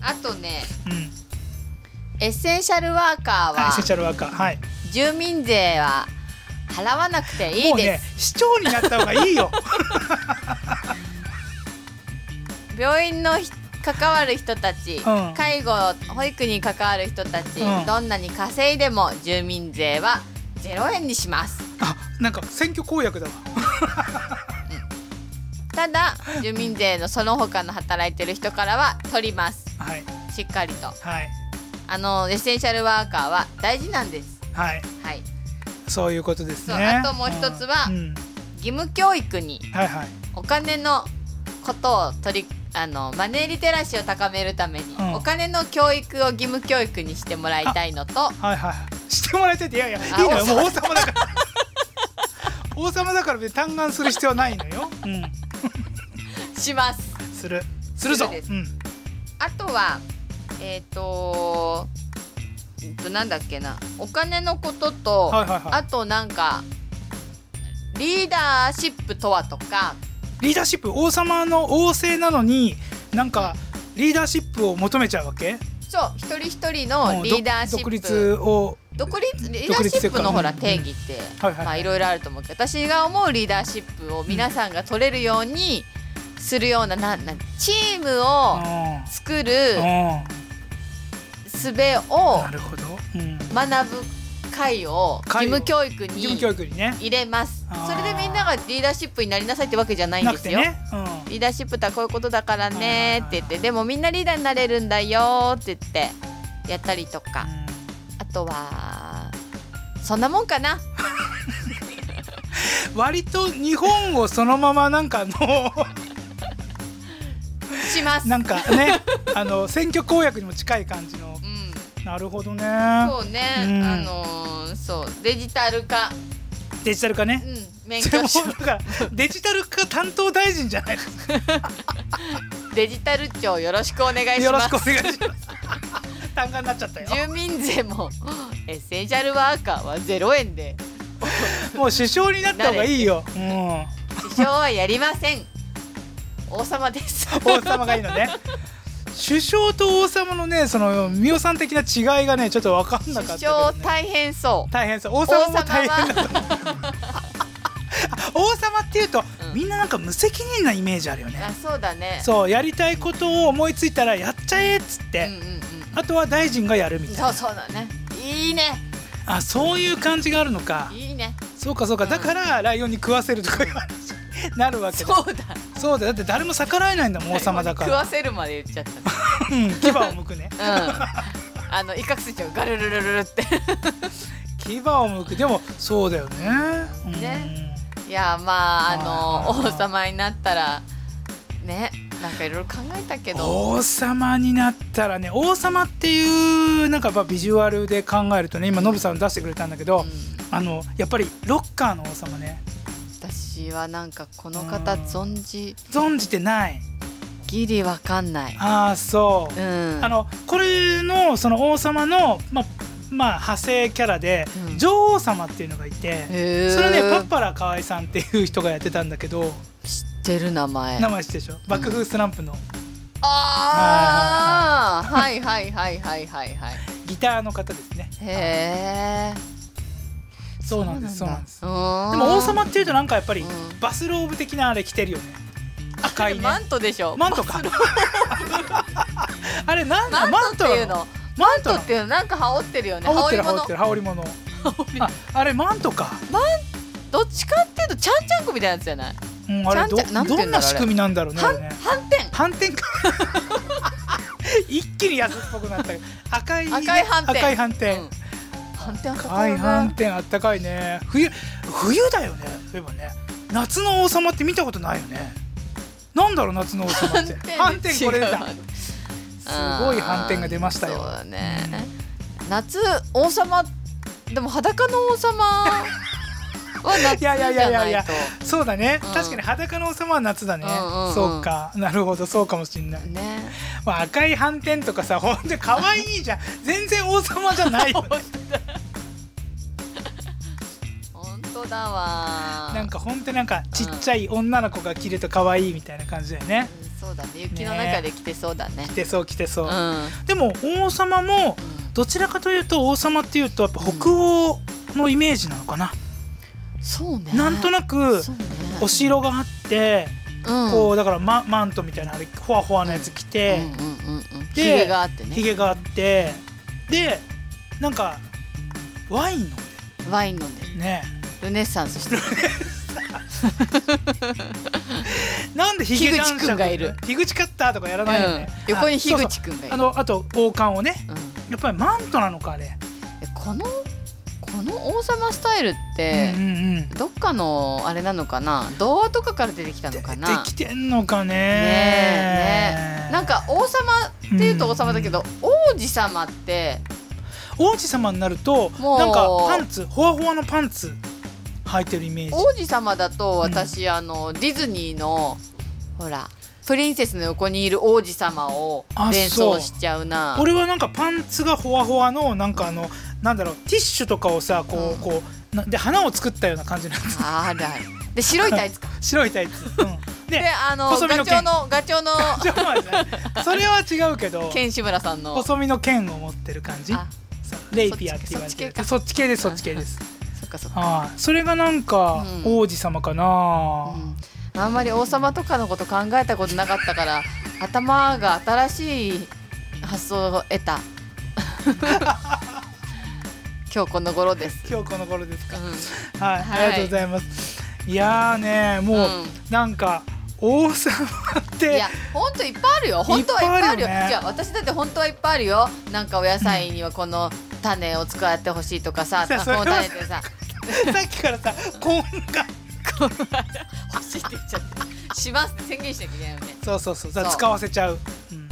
[SPEAKER 2] あとねエッセンシャルワーカー
[SPEAKER 1] はい、エッセン
[SPEAKER 2] は
[SPEAKER 1] シャルワーカーはい
[SPEAKER 2] 住民税は払わなくていい
[SPEAKER 1] もう
[SPEAKER 2] で
[SPEAKER 1] ね
[SPEAKER 2] す、
[SPEAKER 1] 市長になった方がいいよ
[SPEAKER 2] 病院のひ関わる人たち、
[SPEAKER 1] うん
[SPEAKER 2] 介護保育に関わる人たち、
[SPEAKER 1] うん
[SPEAKER 2] どんなに稼いでも住民税は0円にします
[SPEAKER 1] あ なんか選挙公約だわ
[SPEAKER 2] ただ住民税のその他の働いてる人からは取ります
[SPEAKER 1] はい
[SPEAKER 2] しっかりと
[SPEAKER 1] はい
[SPEAKER 2] あのエッセンシャルワーカーは大事なんです
[SPEAKER 1] はい
[SPEAKER 2] はい
[SPEAKER 1] そういうことですね
[SPEAKER 2] そうあともう一つは
[SPEAKER 1] うんうん
[SPEAKER 2] 義務教育に
[SPEAKER 1] はいはい
[SPEAKER 2] お金のことを取りあのマネーリテラシーを高めるために、
[SPEAKER 1] うん
[SPEAKER 2] お金の教育を義務教育にしてもらいたいのと
[SPEAKER 1] はいはいしてもらいたいっていやいや
[SPEAKER 2] あ
[SPEAKER 1] いいのよもう王様だから王様だから別に嘆願する必要はないのよう
[SPEAKER 2] します
[SPEAKER 1] んするするぞ
[SPEAKER 2] するです
[SPEAKER 1] うん
[SPEAKER 2] あとはえっ、とえっとなんだっけなお金のことと、
[SPEAKER 1] はいはいは
[SPEAKER 2] あとなんかリーダーシップとはとか
[SPEAKER 1] いリーダーシップ王様の王政なのになんかリーダーシップを求めちゃうわけ
[SPEAKER 2] そう一人一人
[SPEAKER 1] も
[SPEAKER 2] の
[SPEAKER 1] うど
[SPEAKER 2] リーダーシップ
[SPEAKER 1] 独立を
[SPEAKER 2] 独立リーダ
[SPEAKER 1] 独
[SPEAKER 2] ー
[SPEAKER 1] 立
[SPEAKER 2] シ
[SPEAKER 1] という
[SPEAKER 2] ッ
[SPEAKER 1] か
[SPEAKER 2] プのほら
[SPEAKER 1] うん
[SPEAKER 2] 定義って、
[SPEAKER 1] はいはいはい
[SPEAKER 2] まあいろいろあると思うけど私が思うリーダーシップを皆さんが取れるようにするようななんなんチーム
[SPEAKER 1] うん
[SPEAKER 2] を作る
[SPEAKER 1] うん
[SPEAKER 2] 術を
[SPEAKER 1] なるほど、うん、
[SPEAKER 2] 学ぶ会を義
[SPEAKER 1] 会を
[SPEAKER 2] 務教育
[SPEAKER 1] 義務教
[SPEAKER 2] に
[SPEAKER 1] 育にね
[SPEAKER 2] 入れます
[SPEAKER 1] あー
[SPEAKER 2] それでみんながリーダーシップになりなさいってわけじゃないん
[SPEAKER 1] な
[SPEAKER 2] で
[SPEAKER 1] く
[SPEAKER 2] す
[SPEAKER 1] て
[SPEAKER 2] よ。
[SPEAKER 1] ね、うん、
[SPEAKER 2] リーダーシップとはこういうことだからねって言っ
[SPEAKER 1] は
[SPEAKER 2] てでもみんなリーダーになれるんだよって言ってやったりとかあとはそんなもんかな
[SPEAKER 1] うん割と日本をそのままなんかの
[SPEAKER 2] します。
[SPEAKER 1] なんかねあの選挙公約にも近い感じの
[SPEAKER 2] うん
[SPEAKER 1] なるほどね
[SPEAKER 2] そうね、
[SPEAKER 1] うん
[SPEAKER 2] あのーそうデジタル化、
[SPEAKER 1] デジタル化
[SPEAKER 2] う
[SPEAKER 1] ね
[SPEAKER 2] ん、免
[SPEAKER 1] それ
[SPEAKER 2] 許
[SPEAKER 1] も
[SPEAKER 2] 証
[SPEAKER 1] だからデジタル化担当大臣じゃないです
[SPEAKER 2] デジタル庁よろしくお願い
[SPEAKER 1] か
[SPEAKER 2] し
[SPEAKER 1] よろし
[SPEAKER 2] ます
[SPEAKER 1] くお願いします単価になっちゃったよ
[SPEAKER 2] 住民税もエッセンシャルワーカーは0円で
[SPEAKER 1] もう首相になった方がいいよ、うん、
[SPEAKER 2] 首相はやりません王様です
[SPEAKER 1] 王様がいいのね首相と王様のねその美桜さん的な違いがねちょっと分かんなかった
[SPEAKER 2] 首
[SPEAKER 1] けど
[SPEAKER 2] 相
[SPEAKER 1] ね、
[SPEAKER 2] 大変そう
[SPEAKER 1] 大変そう王
[SPEAKER 2] 王
[SPEAKER 1] 様
[SPEAKER 2] 様
[SPEAKER 1] も大変だ
[SPEAKER 2] は
[SPEAKER 1] 王様っていうと、
[SPEAKER 2] うん
[SPEAKER 1] みんななんか無責任なイメージあるよね
[SPEAKER 2] あそうだね
[SPEAKER 1] そうやりたいことを思いついたらやっちゃえっつっ
[SPEAKER 2] うん
[SPEAKER 1] て、
[SPEAKER 2] うん
[SPEAKER 1] あとは大臣がやるみ
[SPEAKER 2] うん
[SPEAKER 1] たい
[SPEAKER 2] そ
[SPEAKER 1] な
[SPEAKER 2] うそうだねいいね
[SPEAKER 1] あそういう感じがあるのか
[SPEAKER 2] いいね
[SPEAKER 1] そうかそうか、
[SPEAKER 2] うん
[SPEAKER 1] だからライオンに食わせるとかいう話に なるわけだ
[SPEAKER 2] そうだ
[SPEAKER 1] そうだだって誰も逆らえないんだもん王様だか
[SPEAKER 2] 食わ
[SPEAKER 1] ら
[SPEAKER 2] せるまで言っちゃっ
[SPEAKER 1] うん牙を向くね
[SPEAKER 2] た、ね、うんあの威嚇すちゃうガルルルルル って
[SPEAKER 1] 牙を向くでもそうだよねうん
[SPEAKER 2] ねいやまあ
[SPEAKER 1] はい
[SPEAKER 2] あ
[SPEAKER 1] はい
[SPEAKER 2] の
[SPEAKER 1] はい
[SPEAKER 2] 王様になったらねなんかいろいろ考えたけど
[SPEAKER 1] 王様になったらね王様っていうなんかやっぱビジュアルで考えるとね今ノブさん出してくれたんだけど、
[SPEAKER 2] うん
[SPEAKER 1] あのやっぱりロッカーの王様ね
[SPEAKER 2] 私はなんかこの方
[SPEAKER 1] うん
[SPEAKER 2] 存じ
[SPEAKER 1] 存じてない
[SPEAKER 2] ギリわかんない
[SPEAKER 1] ああそう
[SPEAKER 2] う、ん
[SPEAKER 1] あのこれのその王様のまあまあ派生キャラで、
[SPEAKER 2] うん
[SPEAKER 1] 女王様っていうのがいて、
[SPEAKER 2] へえ
[SPEAKER 1] それねパッ
[SPEAKER 2] 知
[SPEAKER 1] パラ河合さんっていう人がやってたんだけど
[SPEAKER 2] ってる名前
[SPEAKER 1] 名前知ってるでしょ爆風スランプの
[SPEAKER 2] ああはいはいはいはいはいはい
[SPEAKER 1] ギターの方ですね
[SPEAKER 2] へえ
[SPEAKER 1] そうなんですそうなんです
[SPEAKER 2] うーん
[SPEAKER 1] でも王様っていうとなんかやっぱり
[SPEAKER 2] うん
[SPEAKER 1] バスローブ的なあれ着てるよね赤いね
[SPEAKER 2] マントでしょ
[SPEAKER 1] マントかあれなんだ
[SPEAKER 2] マントっていう
[SPEAKER 1] マン
[SPEAKER 2] の
[SPEAKER 1] マン
[SPEAKER 2] マ
[SPEAKER 1] ト
[SPEAKER 2] ントっていうのなんか羽織ってるよね
[SPEAKER 1] 羽織ってる
[SPEAKER 2] 羽
[SPEAKER 1] 羽織
[SPEAKER 2] 織
[SPEAKER 1] っ
[SPEAKER 2] 物
[SPEAKER 1] てる羽織物ああれマントか、
[SPEAKER 2] どっちかっていうとちゃんちゃんこみたいなやつじゃない
[SPEAKER 1] うん、あれど
[SPEAKER 2] ちゃんちゃんなんて言
[SPEAKER 1] ど
[SPEAKER 2] うんん
[SPEAKER 1] な
[SPEAKER 2] だろうあれ
[SPEAKER 1] 仕組みなんだろうねあれね
[SPEAKER 2] 反
[SPEAKER 1] 反転
[SPEAKER 2] 転
[SPEAKER 1] か一気に安っぽくなったけど赤いね、
[SPEAKER 2] 赤い反転
[SPEAKER 1] 赤い反転、
[SPEAKER 2] うん反転あった
[SPEAKER 1] 赤い反転あったかいね冬冬だよねそういえばね夏の王様って見たことないよねなんだろう夏の王様って反転これだすごい反転が出ました
[SPEAKER 2] そう
[SPEAKER 1] よ
[SPEAKER 2] だね夏王様でも裸の王様は夏じゃな
[SPEAKER 1] いや
[SPEAKER 2] いと
[SPEAKER 1] いやいやいやそうだね、
[SPEAKER 2] うん
[SPEAKER 1] 確かに裸の王様は夏だね、
[SPEAKER 2] うんうんうん
[SPEAKER 1] そうかなるほどそうかもしんない、
[SPEAKER 2] ね
[SPEAKER 1] まあ、赤い斑点とかさほんと可愛いじゃん全然王様じゃないよね
[SPEAKER 2] 本当だわ
[SPEAKER 1] なんかほんとなんかちっちゃい女の子が着ると可愛いみたいな感じだよね
[SPEAKER 2] うんそうだね雪の中で着てそうだね
[SPEAKER 1] 着てそう着てそうう、
[SPEAKER 2] ん
[SPEAKER 1] でも王様もどちらかというと王様っていうとやっぱ北欧のイメージなのかな、
[SPEAKER 2] そうね
[SPEAKER 1] なんとなく
[SPEAKER 2] そうね
[SPEAKER 1] お城があって
[SPEAKER 2] うん
[SPEAKER 1] こうだからママントみたいなあれほわほわのやつ着て、
[SPEAKER 2] うんうんうんうんひ
[SPEAKER 1] で
[SPEAKER 2] げがあって
[SPEAKER 1] ひ
[SPEAKER 2] ね
[SPEAKER 1] げがあってでなんかワイン飲んで
[SPEAKER 2] ワイン飲んで
[SPEAKER 1] るね
[SPEAKER 2] ルネッサン スしてる
[SPEAKER 1] なんでひげ男
[SPEAKER 2] 樋口くん
[SPEAKER 1] 爵
[SPEAKER 2] がいる
[SPEAKER 1] 樋口カッターとかやらないよね、
[SPEAKER 2] うん横に
[SPEAKER 1] あ
[SPEAKER 2] 樋
[SPEAKER 1] そうそ
[SPEAKER 2] 口くんがいうる
[SPEAKER 1] あのあと王冠をね
[SPEAKER 2] うん
[SPEAKER 1] やっぱりマントなのかあれ、
[SPEAKER 2] えこのこの王様スタイルって、
[SPEAKER 1] うんうんうん
[SPEAKER 2] どっかのあれなのかな童話とかから出てきたのかな
[SPEAKER 1] できてんのかね
[SPEAKER 2] ねえねえなんか王様っていうと王様だけど、王子様って
[SPEAKER 1] 王子様になると
[SPEAKER 2] もう
[SPEAKER 1] なんかパンツほわほわのパンツ履いてるイメージ
[SPEAKER 2] 王子様だと私、あのディズニーのほらプリンセスの横にいる王子様を
[SPEAKER 1] あ
[SPEAKER 2] 連
[SPEAKER 1] そ
[SPEAKER 2] 想
[SPEAKER 1] う
[SPEAKER 2] しちゃうな
[SPEAKER 1] 俺はなんかパンツがほわほわのなんかあのなんだろうティッシュとかをさこう、
[SPEAKER 2] うん
[SPEAKER 1] こうなで花を作ったような感じのやつ
[SPEAKER 2] あるあるで白いタイツか
[SPEAKER 1] 白いタイツ、うん、
[SPEAKER 2] で
[SPEAKER 1] で
[SPEAKER 2] あの
[SPEAKER 1] 細身
[SPEAKER 2] ガ
[SPEAKER 1] の
[SPEAKER 2] チョウ
[SPEAKER 1] 剣
[SPEAKER 2] のガチョウの
[SPEAKER 1] ちょっと待ってねそれは違うけど
[SPEAKER 2] 剣志村さんの
[SPEAKER 1] 細身の剣を持ってる感じ
[SPEAKER 2] あ
[SPEAKER 1] そうレイピアって言われてるそ
[SPEAKER 2] そ
[SPEAKER 1] っち系ですそっち系です
[SPEAKER 2] そっかそっか、
[SPEAKER 1] はいそれがなんか
[SPEAKER 2] うん
[SPEAKER 1] 王子様かな、
[SPEAKER 2] うん、あんまり王様とかのこと考えたことなかったから頭が新しい発想を 得た今日この頃です、
[SPEAKER 1] 今日この頃です
[SPEAKER 2] う
[SPEAKER 1] か、
[SPEAKER 2] ん
[SPEAKER 1] はい、
[SPEAKER 2] はい
[SPEAKER 1] ありがとうございますいやーねもう、
[SPEAKER 2] うん
[SPEAKER 1] なんか王様って
[SPEAKER 2] いや本当いっぱいあるよ本当はいっぱいあるよ
[SPEAKER 1] いっぱいあるよね
[SPEAKER 2] じゃあ私だって本当はいっぱいあるよなんかお野菜にはこの種を使ってほしいとかさ
[SPEAKER 1] そう
[SPEAKER 2] こ
[SPEAKER 1] そ
[SPEAKER 2] の
[SPEAKER 1] れは
[SPEAKER 2] 種で
[SPEAKER 1] さ
[SPEAKER 2] さ
[SPEAKER 1] っきからさこんな
[SPEAKER 2] 欲しいって言っちゃってしますって宣言しなきゃいけないよね
[SPEAKER 1] そうそうそう
[SPEAKER 2] そう
[SPEAKER 1] 使わせちゃう、うん、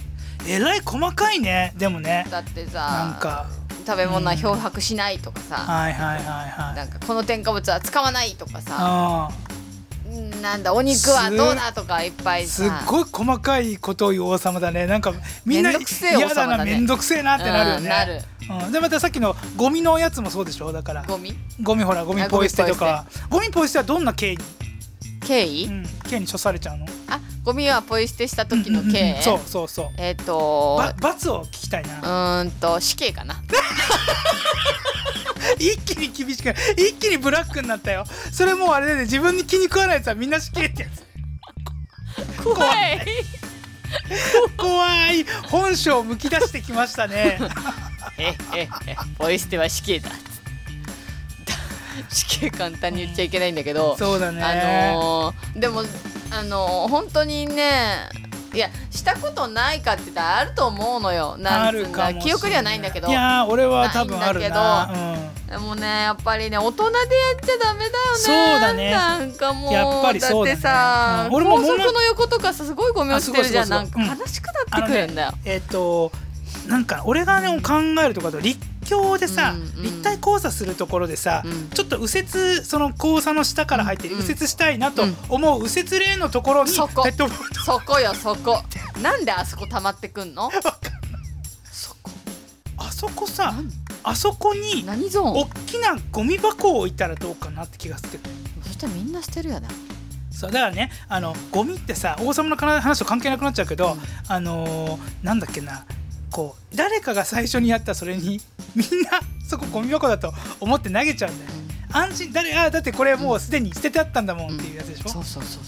[SPEAKER 1] えらい細かいねでもね
[SPEAKER 2] だって
[SPEAKER 1] なん
[SPEAKER 2] さ
[SPEAKER 1] か
[SPEAKER 2] 食べ物は漂白しないとかさ、
[SPEAKER 1] はいはいはいはい
[SPEAKER 2] なんかこの添加物は使わないとかさ、
[SPEAKER 1] あ
[SPEAKER 2] なんだお肉はどうだとかいっぱ
[SPEAKER 1] ー
[SPEAKER 2] い
[SPEAKER 1] す
[SPEAKER 2] さ
[SPEAKER 1] っごい細かいことを言う王様だねなんかみんな
[SPEAKER 2] めんどくせえ王様
[SPEAKER 1] 嫌だな
[SPEAKER 2] だね
[SPEAKER 1] めんどくせえなってなるよ
[SPEAKER 2] うん
[SPEAKER 1] ね
[SPEAKER 2] なる
[SPEAKER 1] うん、でまたさっきのゴミのやつもそうでしょだから
[SPEAKER 2] ゴミ
[SPEAKER 1] ゴミほらゴミポイ捨てとか
[SPEAKER 2] あ
[SPEAKER 1] ゴミポイ捨てはどんな刑に、
[SPEAKER 2] 経緯、
[SPEAKER 1] うん、刑に処されちゃうの
[SPEAKER 2] あゴミはポイ捨てした時の
[SPEAKER 1] うんうん
[SPEAKER 2] 経
[SPEAKER 1] う
[SPEAKER 2] 緯
[SPEAKER 1] んそうそうそう
[SPEAKER 2] えっ、と
[SPEAKER 1] ば罰を聞きたいうな
[SPEAKER 2] ーんと死刑かな
[SPEAKER 1] 一気に厳しくな一気にブラックになったよそれもうあれだね自分に気に食わないやつはみんな死刑ってや つ怖い
[SPEAKER 2] はい
[SPEAKER 1] 怖い本性をむき出してきましたね
[SPEAKER 2] えええポイ捨ては死刑だ だ死刑簡単に言っちゃいけないんだけど、
[SPEAKER 1] そうだね、
[SPEAKER 2] あのーでもあのー本当にねいやしたことないかって言ったらあると思うのよな
[SPEAKER 1] あ
[SPEAKER 2] んつ
[SPEAKER 1] る
[SPEAKER 2] うん
[SPEAKER 1] かも
[SPEAKER 2] だ
[SPEAKER 1] しれ
[SPEAKER 2] 記憶にはないんだけど
[SPEAKER 1] いやー俺は多分あるな
[SPEAKER 2] ないん
[SPEAKER 1] うん
[SPEAKER 2] でもねやっぱりね大人でやっちゃダメだよね
[SPEAKER 1] そうだね
[SPEAKER 2] なんかもう
[SPEAKER 1] やっぱりそうだね
[SPEAKER 2] だってさ、
[SPEAKER 1] うん俺も
[SPEAKER 2] 高
[SPEAKER 1] も
[SPEAKER 2] 速
[SPEAKER 1] の
[SPEAKER 2] の横とかさすごいゴミ落ちてるじゃん
[SPEAKER 1] あすごいすごいすごい
[SPEAKER 2] なんか悲しくなってくるんだよ、
[SPEAKER 1] えっ、となんか俺がね考えるとかだと立教でさ、
[SPEAKER 2] うんうん
[SPEAKER 1] 立体交差するところでさ、
[SPEAKER 2] うん
[SPEAKER 1] ちょっと右折その交差の下から入って
[SPEAKER 2] うん
[SPEAKER 1] 右折したいなと思う右折レーンのところにペ
[SPEAKER 2] そこ
[SPEAKER 1] ットボトル
[SPEAKER 2] そこよそこなんであそこ溜まってくんのそこ
[SPEAKER 1] あそこさ
[SPEAKER 2] 何
[SPEAKER 1] あそこに
[SPEAKER 2] 何ゾー
[SPEAKER 1] 大
[SPEAKER 2] ン
[SPEAKER 1] きなゴミ箱を置いたらどうかなって気がする
[SPEAKER 2] そしたらみんなしてるよな
[SPEAKER 1] そうだからねあのゴミってさ王様の話と関係なくなっちゃうけど、
[SPEAKER 2] うん
[SPEAKER 1] あのーなんだっけなこう誰かが最初にやったそれに みんなそこゴミ箱だと思って投げちゃうんだよ安心誰あだってこれもうすでに捨ててあったんだもんっていうやつでしょ、
[SPEAKER 2] そうそうそうそう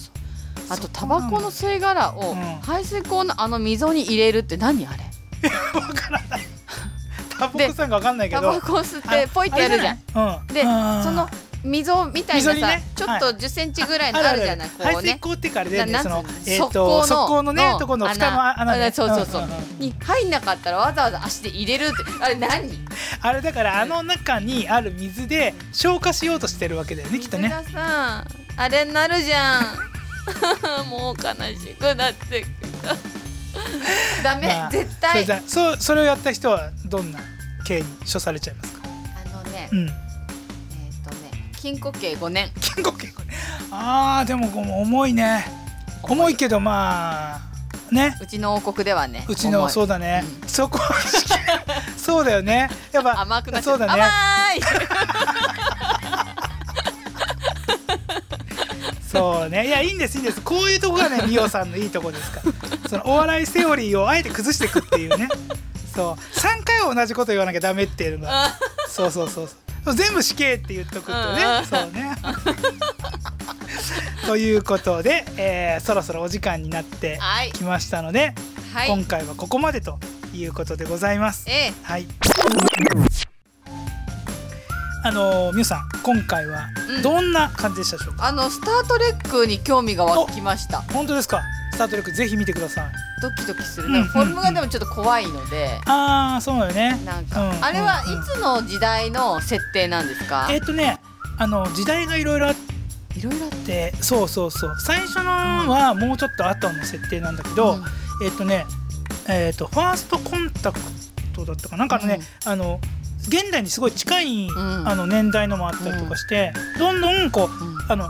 [SPEAKER 2] あと
[SPEAKER 1] そ
[SPEAKER 2] タ
[SPEAKER 1] こなんだ
[SPEAKER 2] バコの吸い殻を
[SPEAKER 1] うん
[SPEAKER 2] 排水口のあの溝に入れるって何あれ
[SPEAKER 1] タバコさんが分かんないけ
[SPEAKER 2] タ
[SPEAKER 1] ど
[SPEAKER 2] バコ吸ってポイってやるじゃん
[SPEAKER 1] あれじ
[SPEAKER 2] で
[SPEAKER 1] ゃないうん
[SPEAKER 2] その溝みたいな
[SPEAKER 1] 溝に
[SPEAKER 2] さ、
[SPEAKER 1] ね
[SPEAKER 2] ちょっと1 0ンチぐらいのあるじゃない、こ
[SPEAKER 1] 排
[SPEAKER 2] う
[SPEAKER 1] 水
[SPEAKER 2] ね
[SPEAKER 1] 口ってからでね
[SPEAKER 2] な
[SPEAKER 1] そ
[SPEAKER 2] なん
[SPEAKER 1] の
[SPEAKER 2] つうの
[SPEAKER 1] えー
[SPEAKER 2] 側溝
[SPEAKER 1] と
[SPEAKER 2] の
[SPEAKER 1] 側溝のね
[SPEAKER 2] の
[SPEAKER 1] とこの蓋の
[SPEAKER 2] 穴
[SPEAKER 1] 穴ね
[SPEAKER 2] あそうそうそうん
[SPEAKER 1] んん
[SPEAKER 2] に入んなかったらわざわざ足で入れるってあれ何
[SPEAKER 1] あれだからあの中にある水で消化しようとしてるわけだよねきっとね
[SPEAKER 2] 水がさあれになるじゃん もう悲しくなってきた ダメ、
[SPEAKER 1] まあ
[SPEAKER 2] 絶
[SPEAKER 1] それ
[SPEAKER 2] 対
[SPEAKER 1] じゃそうそれをやった人はどんな刑に処されちゃいますか
[SPEAKER 2] あのね
[SPEAKER 1] うん
[SPEAKER 2] えっ、とね禁錮刑5年
[SPEAKER 1] 金庫結構ねあーでも重いね重いけどまあね
[SPEAKER 2] うちの王国ではね
[SPEAKER 1] うちの
[SPEAKER 2] 重い
[SPEAKER 1] そうだね、そこ そうだよねやっぱ
[SPEAKER 2] 甘くなっちゃ
[SPEAKER 1] そううだね
[SPEAKER 2] 甘い
[SPEAKER 1] そうねいやいいんですいいんですこういうとこがねリオさんのいいとこです からそのお笑いセオリーをあえて崩していくっていうねそう3回は同じこと言わなきゃダメっていうのがそうそうそうそう全部死刑って言っとくとね
[SPEAKER 2] うんうん
[SPEAKER 1] そうねということで、えーそろそろお時間にな って
[SPEAKER 2] はい
[SPEAKER 1] きましたので、
[SPEAKER 2] はい
[SPEAKER 1] 今回はここまでということでございます。
[SPEAKER 2] ええ
[SPEAKER 1] はい。あのー、みゆさん、今回は
[SPEAKER 2] うん
[SPEAKER 1] どんな感じでしたでしょうか。
[SPEAKER 2] あの「スター・トレック」に興味が湧きました
[SPEAKER 1] 本当ですか。スタートレックぜひ見てください。
[SPEAKER 2] ドキドキする
[SPEAKER 1] うんうんうん
[SPEAKER 2] なんかフォルムがでもちょっと怖いので
[SPEAKER 1] ああ、そうよね。
[SPEAKER 2] なんか、
[SPEAKER 1] うん
[SPEAKER 2] あれは
[SPEAKER 1] うんうん
[SPEAKER 2] いつの時代の設定なんですか
[SPEAKER 1] えっ、とね、あの時代がいろいろあっ、
[SPEAKER 2] いろいろあって
[SPEAKER 1] そうそうそう。最初のはもうちょっと後の設定なんだけど、
[SPEAKER 2] うん
[SPEAKER 1] えっ、とね、えっ、とファーストコンタクトだったかななんかあのね、あの現代にすごい近い、
[SPEAKER 2] ん
[SPEAKER 1] あの年代のもあったりとかして、どんどんこう
[SPEAKER 2] うん
[SPEAKER 1] あの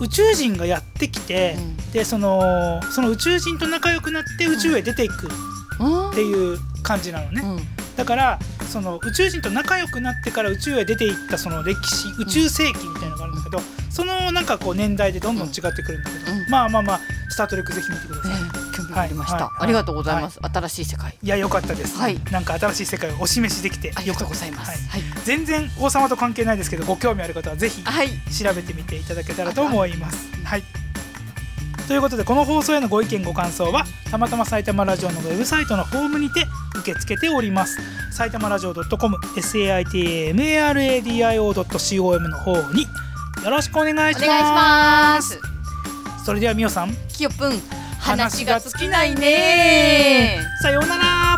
[SPEAKER 1] 宇宙人がやってきて、でそのその宇宙人と仲良くなって宇宙へ出ていく
[SPEAKER 2] うん
[SPEAKER 1] っていう感じなのね、
[SPEAKER 2] うん
[SPEAKER 1] だからその宇宙人と仲良くなってから宇宙へ出ていったその歴史宇宙世紀みたいなのがあるんだけど、そのなんかこう年代でどんどん違ってくるんだけど、
[SPEAKER 2] うん
[SPEAKER 1] まあまあまあ「スター・トレック」ぜひ見てください。
[SPEAKER 2] 興味がありました、
[SPEAKER 1] はいはい
[SPEAKER 2] ありがとうございます、新しい世界
[SPEAKER 1] いや良かったです、
[SPEAKER 2] はい
[SPEAKER 1] なんか新しい世界をお示しできて
[SPEAKER 2] あり
[SPEAKER 1] 良
[SPEAKER 2] が
[SPEAKER 1] か
[SPEAKER 2] と
[SPEAKER 1] っ
[SPEAKER 2] う
[SPEAKER 1] た
[SPEAKER 2] ご
[SPEAKER 1] で
[SPEAKER 2] ざ
[SPEAKER 1] す
[SPEAKER 2] います
[SPEAKER 1] はい
[SPEAKER 2] はい、
[SPEAKER 1] 全然王様と関係ないですけどご興味ある方はぜひ
[SPEAKER 2] はい
[SPEAKER 1] 調べてみていただけたらと思います。はいということでこの放送へのご意見ご感想はたまたま埼玉ラジオのウェブサイトのホームにて受け付けております埼玉ラジオ .com saitamaradio.com の方によろしくお願いしま
[SPEAKER 2] お
[SPEAKER 1] す
[SPEAKER 2] 願いします
[SPEAKER 1] それではみおさん
[SPEAKER 2] きよぷん話が尽きないね
[SPEAKER 1] さようなら